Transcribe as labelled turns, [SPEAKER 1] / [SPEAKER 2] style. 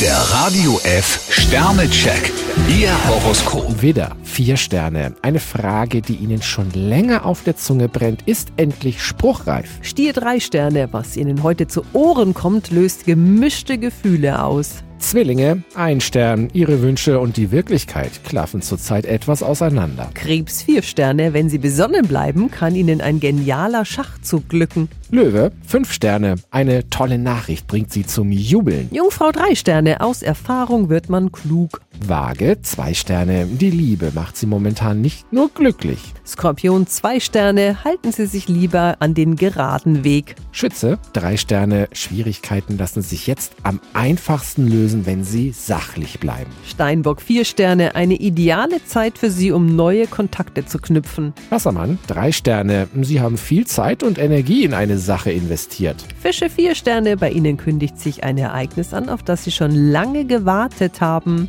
[SPEAKER 1] Der Radio F Sternecheck. Ihr Horoskop.
[SPEAKER 2] Widder, vier Sterne. Eine Frage, die Ihnen schon länger auf der Zunge brennt, ist endlich spruchreif.
[SPEAKER 3] Stier drei Sterne, was Ihnen heute zu Ohren kommt, löst gemischte Gefühle aus.
[SPEAKER 2] Zwillinge, ein Stern. Ihre Wünsche und die Wirklichkeit klaffen zurzeit etwas auseinander.
[SPEAKER 3] Krebs vier Sterne, wenn Sie besonnen bleiben, kann Ihnen ein genialer Schachzug glücken.
[SPEAKER 2] Löwe, fünf Sterne. Eine tolle Nachricht bringt Sie zum Jubeln.
[SPEAKER 3] Jungfrau drei Sterne, aus Erfahrung wird man klug.
[SPEAKER 2] Waage, zwei Sterne. Die Liebe macht Sie momentan nicht nur glücklich.
[SPEAKER 3] Skorpion zwei Sterne, halten Sie sich lieber an den geraden Weg.
[SPEAKER 2] Schütze, drei Sterne. Schwierigkeiten lassen sich jetzt am einfachsten lösen, wenn Sie sachlich bleiben.
[SPEAKER 3] Steinbock vier Sterne, eine ideale Zeit für Sie, um neue Kontakte zu knüpfen.
[SPEAKER 2] Wassermann, drei Sterne. Sie haben viel Zeit und Energie in eine Sache investiert.
[SPEAKER 3] Fische vier Sterne, bei Ihnen kündigt sich ein Ereignis an, auf das Sie schon lange gewartet haben.